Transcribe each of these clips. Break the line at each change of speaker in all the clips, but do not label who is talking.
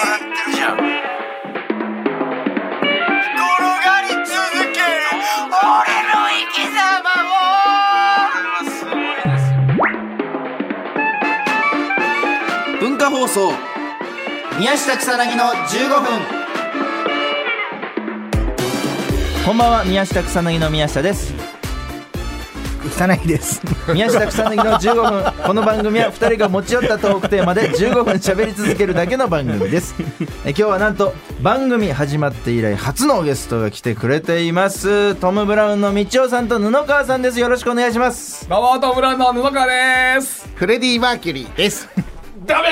ゃん転がり続ける俺の生き様をこれはすごいですよ
文化放送宮下草薙の15分
こんばんは宮下草薙の宮下です
汚いです。
宮下草薙の15分この番組は2人が持ち寄ったトークテーマで15分喋り続けるだけの番組ですえ今日はなんと番組始まって以来初のゲストが来てくれていますトム・ブラウンの道夫さんと布川さんですよろしくお願いします
どうもトムブラウンの布川です
フレディ・マーキュリーです。
ダメー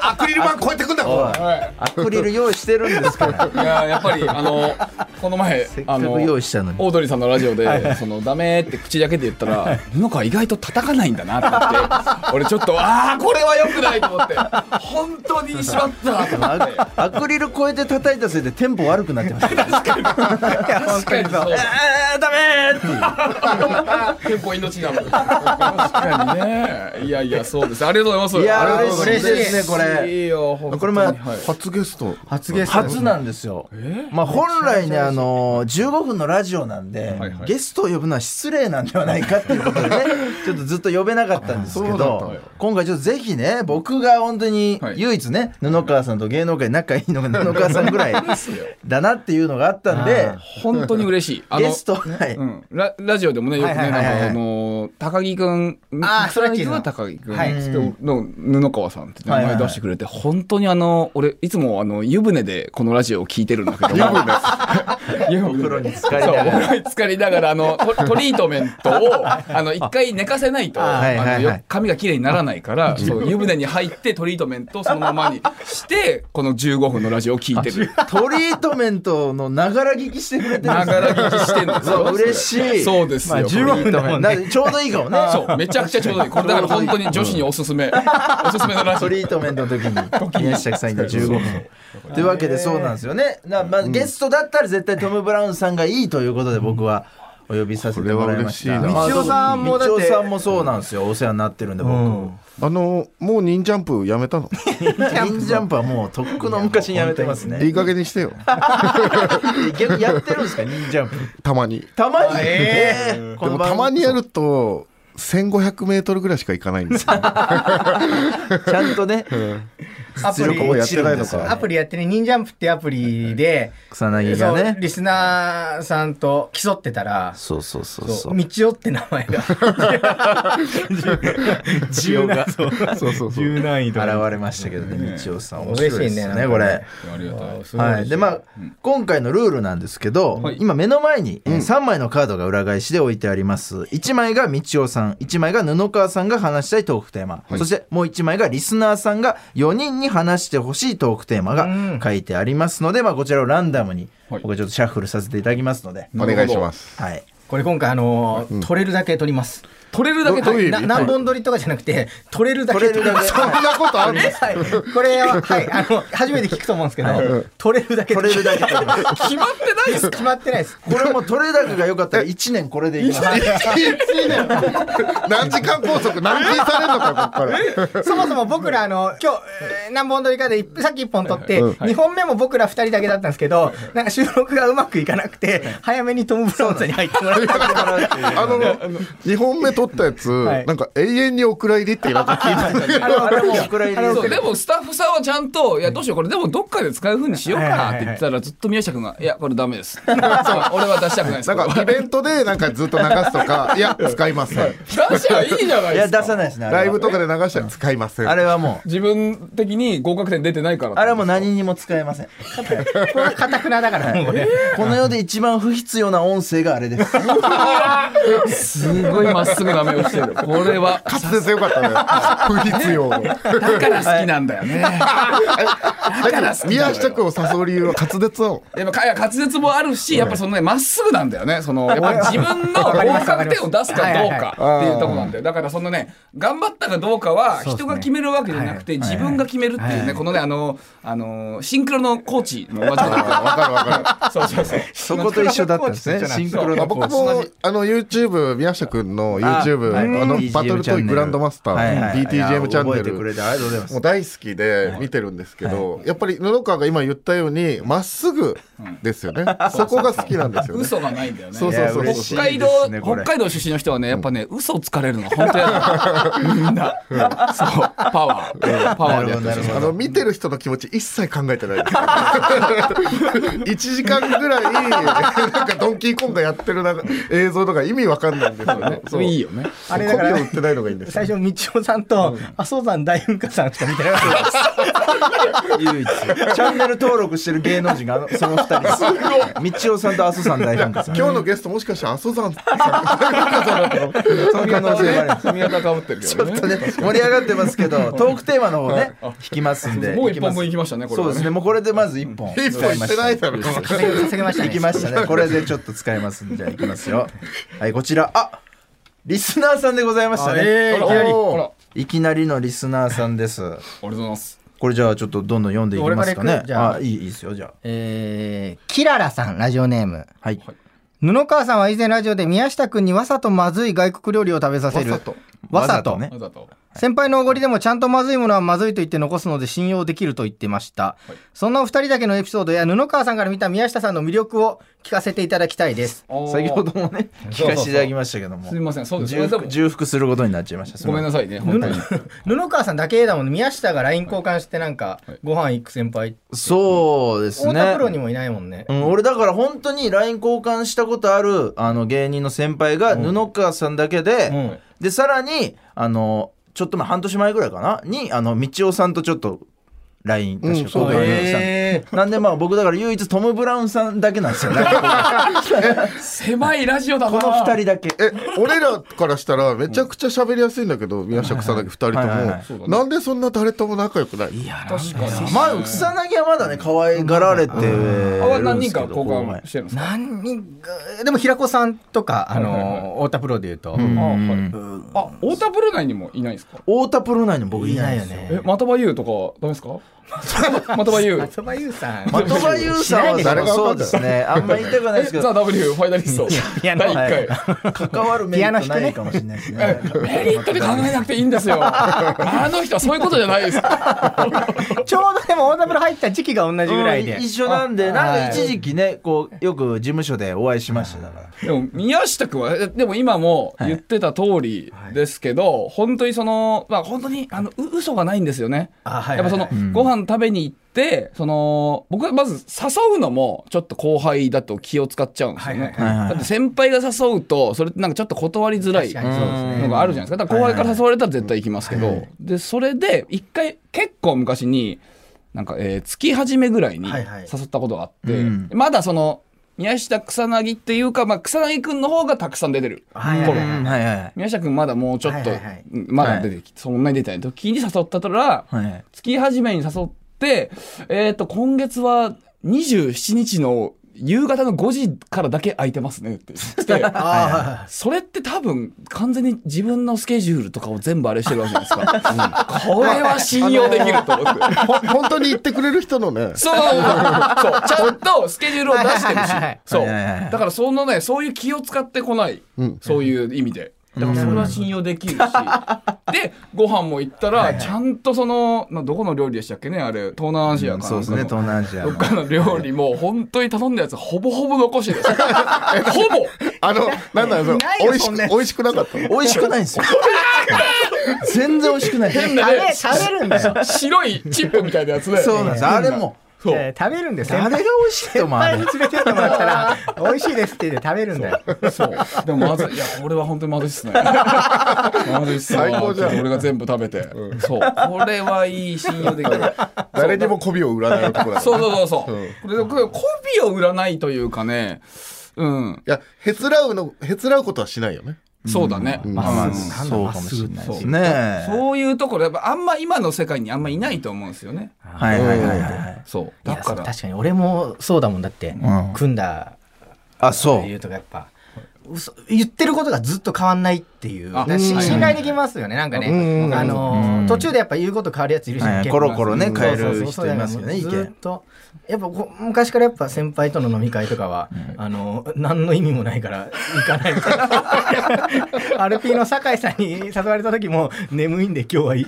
アクリル板こうやってくんだ
おい
これは
アクリル用意してるんです から
いいやーやっぱりあのこの前
せっか
あ
く
の
用意したのに
オードリーさんのラジオでそのダメーって口だけで言ったら布川意外と叩かないんだなって思って俺ちょっとああこれは良くないと思って本当にしまったと思って
アアクリル越えて叩いたせいでテンポ悪くなってました
確かにそうだ
あーダメーっていう
憲法命なの確かにねいやいやそうですありがとうございま
い
す
やー
ありがとうございます
嬉しいですねこれ
嬉しいよ本当に
これも
はい
初ゲスト。
初初なんですよ、まあ、本来ね、あのー、15分のラジオなんで、
はいはい
ゲストを呼ぶのは失礼なんではないかっていうことで ねちょっとずっと呼べなかったんですけ
あそうだった
ど
のよ
今回ちょっとぜひね僕が本当に
はい
唯一ね、布川さんと芸能界仲いいのが布川さんぐらい だなっていうのがあったんで
本当に嬉しいあの
ゲストはい、
うん、ララジオでもねよくね、
はいはいはいは
なん
い
かあのー高木くん
あーそれは聞いた
は高木くん、
はい
の布川さんって名前出してくれて、本当にあの俺いつもあの湯船でこのラジオを聞いてるんだけど湯船 湯船お風呂に
かりながら
浸かりながらあのトトリートメントをあの一回寝かせないと
あはいはいはい
あのよ髪がきれいにならないからそう湯船に入ってトリートメントをそのままにしてこの15分のラジオを聞いてる。
トリートメントのながら聞きしてくれてるん
な
です
がら聞きしてんですよ
うわ嬉しい
そうですよ。
まあ15分だもんね
なちょうどいいかもね
そう、めちゃくちゃちょうどいい。これだから本当に女子におすすめ。おすすめのラ ジ
ト
オ。
リートメントの時に宮下草薙の15分というわけでそうなんですよねな、まあ、ゲストだったら絶対トム・ブラウンさんがいいということで僕はお呼びさせてもらいました
これは
ま
嬉しいな
あ
道夫さんもだっ
道
て
夫さんもそうなんですよお世話になってるんで僕、
あのもう忍ジャンプやめた の
忍ジャンプはもうとっくの昔にやめてます
い
ね
い加減にしてよ
逆にやってるんですか忍ジャンプ
たま に
たまに、えー
でもたまにやると 1500m ぐらいしか行かないんですよ
ちゃんとね
アプ
出力
リ、
落ちるんですよ、
ア
ね、
プリやってね、忍ジャンプってアプリで、
草薙
そ
が
う、
ね
リスナーさんと競ってたら、
そうそうそう
そ、
そうう
道夫って名前 が。
道夫が
そうそうそう
柔軟易
現れましたけどね道夫さん面白
嬉
いで
しい
す
ね。
よ
なん
ね
か
これ。
ありがとうございま
はい、でまあ、今回のルールなんですけど、
はい
今目の前に、えー3枚のカードが裏返しで置いてあります1枚が道夫さん1枚が布川さんが話したいトークテーマ、そしてもう1枚がリスナーさんが4人に話してほしいトークテーマが書いてありますので、まあ、こちらをランダムに、
はい
僕はちょっとシャッフルさせていただきますので、
お願いします
はい、
これ今回あのー、取れるだけ取ります。
取れるだけ取れる。
な何本取りとかじゃなくて、取れるだけ
取れるだけ
そう
そんなことあるんです
はいこれは、はい、あの、初めて聞くと思うんですけど、取れるだけ
取れるだけ取ります
決まってないですか
決まってないです。
これも取れ高が良かったら1年これ でいきます
何時間拘束何時されるのかここから
そもそも僕らあの今日えー何本撮りかで一さっき1本撮って
うん
2本目も僕ら2人だけだったんですけどなんか収録がうまくいかなくて早めにトム・ブラウンさんに入ってもらった
あの2本目撮ったやつ、
い
なんか永遠にお蔵入りって なんか聞いてたじゃん
あの
あれもお蔵入りです
あの
そうでもスタッフさんはちゃんと「いやどうしようこれでもどっかで使うふうにしようかな」って言ってたらずっと宮下君が「いやこれダメです」そう俺は出したくないです
なんかイベントでなんかずっと流すとかいや使いません
出しゃいいじゃない
い
で
や
す
出さ
か
ないですねあれは
ライブとかで流したら使いません
あれはもう
自分的に合格点出てないから
あれはもう何にも使えません
これかたくなだからもうね
この世で一番不必要な音声があれ です。
すごいまっすぐな目をしてるこれ は
滑舌よかったね不必要の
だから好きなんだよね
宮下君を誘う理由は滑舌を
やっぱいや滑舌もあるし、やっぱそのね、まっすぐなんだよね。その、やっぱ自分の合格点を出すかどうかっていうところなんだよ。だからそのね、頑張ったかどうかは人が決めるわけじゃなくて、自分が決めるっていうね、このね、あの、あの、シンクロのコーチのおばちゃんとか。
わかるわかる
そうそうそう。
そこと一緒だったんですね。シンクロ
まあ
のコ
僕
ー
僕
同
も
じ、
あの、YouTube、宮下くんの YouTube、
はい
あの
BGM、
バトルトイグランドマスタ
はい
ー、
はい
BTGM チャン
覚
ネ
えてく
ル。
れてありがとうございます
もう大好きで見てるんですけど、やっぱり布川が今言ったようにまっすぐですよね、 そこが好きなんですよね
嘘がないんだよね。
そうそうそう
いや嬉しい
北海道
ですねこれ
北海道出身の人はねやっぱね、嘘をつかれるのが本当やだみんな、そうパワー、パワーでやってほしい
あの見てる人の気持ち一切考えてない 1時間 ぐらいなんかドンキーコンがやってるな映像とか意味わかんないんですよ ね
それいいよね
あ
あ
れ
れ
だ
だ
か
からら売ってないのがいいんです
最初道夫さんと阿蘇山大噴火さんしか見てなかったです
唯一チャンネル登録してる芸能人があのその二人です道夫さんと阿蘇さん大ファンです
今日のゲストもしかしたら阿蘇山さん
その可能性がある
髪型かぶってるけ
ちょ
ど
っ
ね
とね盛り上がってますけどトークテーマの方ね引きますんで
もう一本分
い
いきましたねこれ
そうですねもうこれでまず一本
一歩してないだろ
稼げました
行き
ね
ましたね。これでちょっと使えますんで、じゃあ行きますよ。はい、こちら。あリスナーさんでございましたね。
えー、いきなり
おー
ほらあ
いきなりのリスナーさんです。
りがとうございます
これじゃあちょっとどんどん読んでいきますか
俺から行
ね
く。じゃあ
あ、いい、いいですよ、じゃあ。
えー、キララさんラジオネーム
はい。
布川さんは以前ラジオで宮下君にわさとまずい外国料理を食べさせるわさと
ね。
わざと
先輩のおごりでもちゃんとまずいものはまずいと言って残すので信用できると言ってました、そんなお二人だけのエピソードや布川さんから見た宮下さんの魅力を聞かせていただきたいです
あー
先ほどもね、聞かせていただきましたけども
すみ。ませんそうです
重
でも
複重複することになっちゃいました。す
ごめんなさいね本当に
布川さんだけだもんね宮下が LINE 交換してなんか
はい
ご飯行く先輩
い。そうです
太
ね
田プ。ロにもいないもんね
うん、俺だから本当に LINE 交換したことあるあの芸人の先輩が布川さんだけで、
うん
でさらにあのちょっと前半年前ぐらいかなにあの道夫さんとちょっと LINE 確か交換したんで
え
なんでまあ僕だから唯一トム・ブラウンさんだけなんですよ LINE 交換
狭いラジオだな
この2人だけ
え俺らからしたらめちゃくちゃ喋りやすいんだけど宮下草薙2人とも、
はいはいはい
そうだね
なんでそんな誰とも仲良くない
確かに
まあ草薙はまだね可愛がられてる
あは
ん
何
で
人
すけ
か
ど
交換してるんですか
何人かでも平子さんとかあ
はいはいは
の太田プロで言うと
あはいあ太田プロ内にもいないんですか
太田プロ内にも僕いないよね
え的場優とかダメです か的場優
松葉優さん
的場優さんは
しないでしょ
そうですねあんま言いたくないですけ
え
ど
ザ・ W ファイナリスト
いや
第一回
関わるメリットないかもしれないですね。
メリットで考えなくていいんですよ。あの人はそういうことじゃないです。
ちょうどでも太田プロ入った時期が同じぐらいで
うん一緒なんで、なんか
はい
一時期ね、こう、よく事務所でお会いしましただから。
でも宮下君はえでも今も言ってた通りですけど、本当にそのまあ本当にあのう嘘がないんですよね。
あはい
やっぱその、ご飯食べに行ってその僕はまず誘うのもちょっと後輩だと気を使っちゃうんですよね。
いはいはい
だって先輩が誘うとそれってなんかちょっと断りづらい
確かにそうですね
のがあるじゃないですか。だから後輩から誘われたら絶対行きますけど、でそれで一回結構昔になんか、えー月始めぐらいに
はいはい
誘ったことがあって、まだその宮下草薙っていうか、まあ、草薙君の方がたくさん出てる
はいはい
頃、
はい
うんはいはい
宮下君まだもうちょっと、
はいはいはい
うんまだ出てきて、そんなに出てない時に誘ったら、
はい。
月始めに誘ってえっ、と今月は27日の夕方の5時からだけ空いてますねって言って。
あ
それって多分完全に自分のスケジュールとかを全部あれしてるわけじゃないですか、これは信用できると思って
ほ本当に言ってくれる人のね
そうそうちゃんとスケジュールを出してるし
はいはいはいはい
そう
はいはいはいはい
だからそのねそういう気を使ってこない、そういう意味でだからそれは信用でき るし、でご飯も行ったらちゃんとその、などこの料理でしたっけねあれ東南アジアかな
そうですね、
なんか
東
の
南アジア
どっ。かの料理も本当に頼んだやつほぼほぼ残してるんですよ ほぼ
あのなんだろう
ない
美
よ
味し
そん
く
な
美味しくなかったの
美味しくないんですよ。全然美味しくない。
変な
あ
ね
れ食べるんだよ
白いチップみたいなやつで。
そうなんです。あれも、
そう
いや食べるんだよ
あれが美味しいと思あ
前
れ
に連れてってもらっ たら美味しいですって言って食べるんだよ
そう。でもまずい、いや、これは本当にまずいっすね。まずいっすわ
最高じゃん
俺が全部食べて。そう。これはいい信用できる。
誰にも媚びを売らない男だ
そう
い
そうそうそう。これ、これ、コピーを売らないというかね。うん。
やへつらうのへつらうことはしないよね
そうだね。
まあま
う
あ、
ん
そうかもしれないです
そう
ね。
そういうところ、やっぱあんま今の世界にあんまいないと思うんですよね。
はいはいはいはい。
そう。
い
だ
や
から。
確かに俺もそうだもんだって、
ん
組んだ
あ、そう
理。由とかやっぱ嘘言ってることがずっと変わんないっていう
あ
ねし
うん
信頼できますよねなんかね
うん
あのー途中でやっぱ言うこと変わるやついるし
はいコロコロね
そうそうそう
変える人いますよね
そう
意見
ずっとやっぱこう昔からやっぱ先輩との飲み会とかはあのー何の意味もないから行かないみたい な RP の酒井さんに誘われた時も眠いんで今日はいい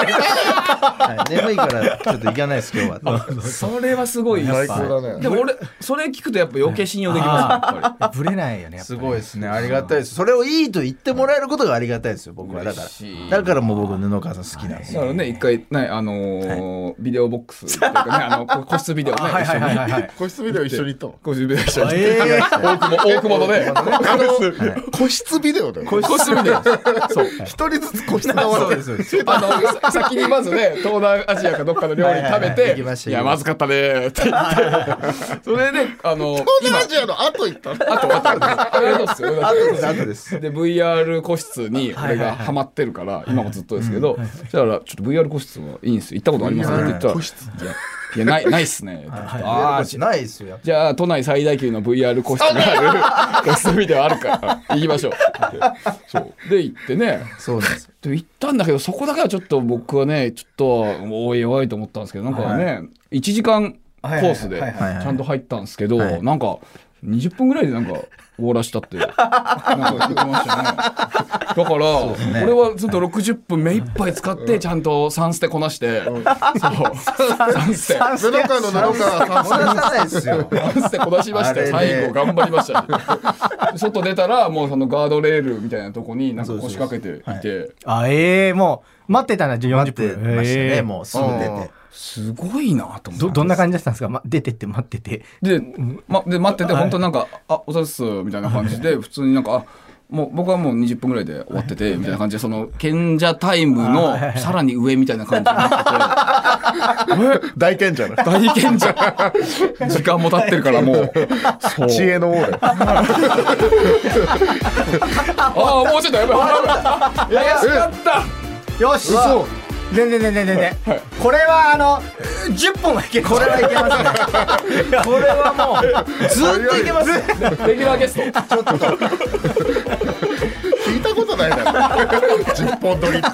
はい眠いからちょっと行かないです今日は
それはすごいやっ
最
ぱ
高だね
でも俺それ聞くとやっぱ余計信用できますやっぱ
ぶれないよねや っぱ
すごいですねありがたいですそれをいいと言ってもらえることがありがたいですよ僕はだからだからもう僕布川さん好きなんです
りだからね一回ねあのービデオボックスというかねあのこ個室ビ デオね一緒に
個室ビデオ一緒に行ったの
個室ビデオ一緒に 大久保大久保とね
あの個室ビデオだよね
個室ビデオそう
一人ずつ個室が終わって
あのさ先にまずね東南アジアかどっかの料理食べ
はいはいはい行
て
きました
いやまずかったねーって言ってそれであの
東南アジアの後行ったの
あと渡るあれそうっすよ
後です後です
で VR 個室に俺がハマってるから今もずっとですけどそしたら「ちょっと VR 個室はいいんですよ行ったことあります?」って言ったら「
個室
いやいやないないっすね」って言ってあー
ないですよ
じゃあ都内最大級の VR 個室がある個室ビデオあるから行きましょうって言ってそうで行ってね
そうなんです
で行ったんだけどそこだけはちょっと僕はねちょっとおいおいと思ったんですけどなんかね1時間コースでちゃんと入ったんですけど
はい
なんか20分ぐらいでなんか終わらしたってなんか言ってましたねだから
ね
俺はずっと60分目いっぱい使ってちゃんと3ステこなしてそう3ステ
布川の布川さん
戻さないですよ
3ステこなしましたよ
あれね
最後頑張りましたね外出たらもうそのガードレールみたいなとこになんか腰掛けていて
あええもう待ってたんだじゃあ
待
40
って
分
ました
え
ね
え
もうすぐ出て
すごいなと思って
どどんな感じだったんですか、ま、出てって待ってて
で,、ま、 で待ってて本当なんか「あお疲れっす」みたいな感じで普通になんか「あもう僕はもう20分ぐらいで終わってて」みたいな感じでその賢者タイムのさらに上みたいな感じにな
大賢者の
ってて大賢 者時間も経ってるからも うそう
知恵の王だよ
ああもうちょっとやばいやばいや安かった
よしそう全然全然全然これはあの10本はいけるこれはいけますね
これはもうずっといけますよ
レギュラーゲスト
聞いたことないだろ10本取りって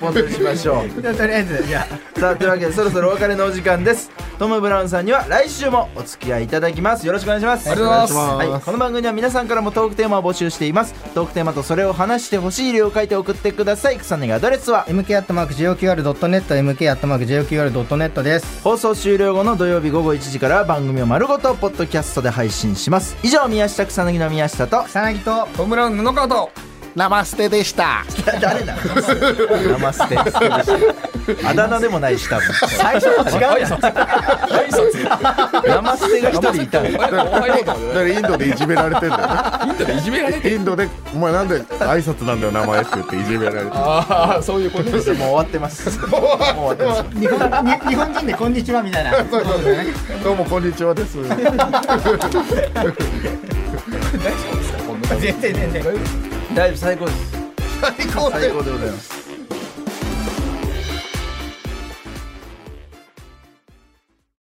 本当にしましょ う
じゃあとりあえずじゃあ
さあというわけでそろそろお別れのお時間ですトム・ブラウンさんには来週もお付き合いいただきますよろしくお願いします
ありがとうございます
はい、この番組では皆さんからもトークテーマを募集していますトークテーマとそれを話してほしい理由を書いて送ってください草根がアドレスは
mk.joqr.net mk.joqr.net です
放送終了後の土曜日午後1時からは番組を丸ごとポッドキャストで配信します以上宮下草薙の宮下と
草薙と
トム・ブラウン布川 と
誰だナマステあだ名でもないし多分
最初と違うやん
挨拶
ナマステが一人いたの
おはようおはようとかね
だからインドでいじめられてんだよね
インドでいじめられて
インドで「お前なんで挨拶なんだよ名前」って言っていじめられて
ああそういうことです
もう終わってますもう終わってます
日本に日本人でこんにちはみ たいな
「どうもこんにちはです」
全然全然
大丈夫最高です
最高
最高でございます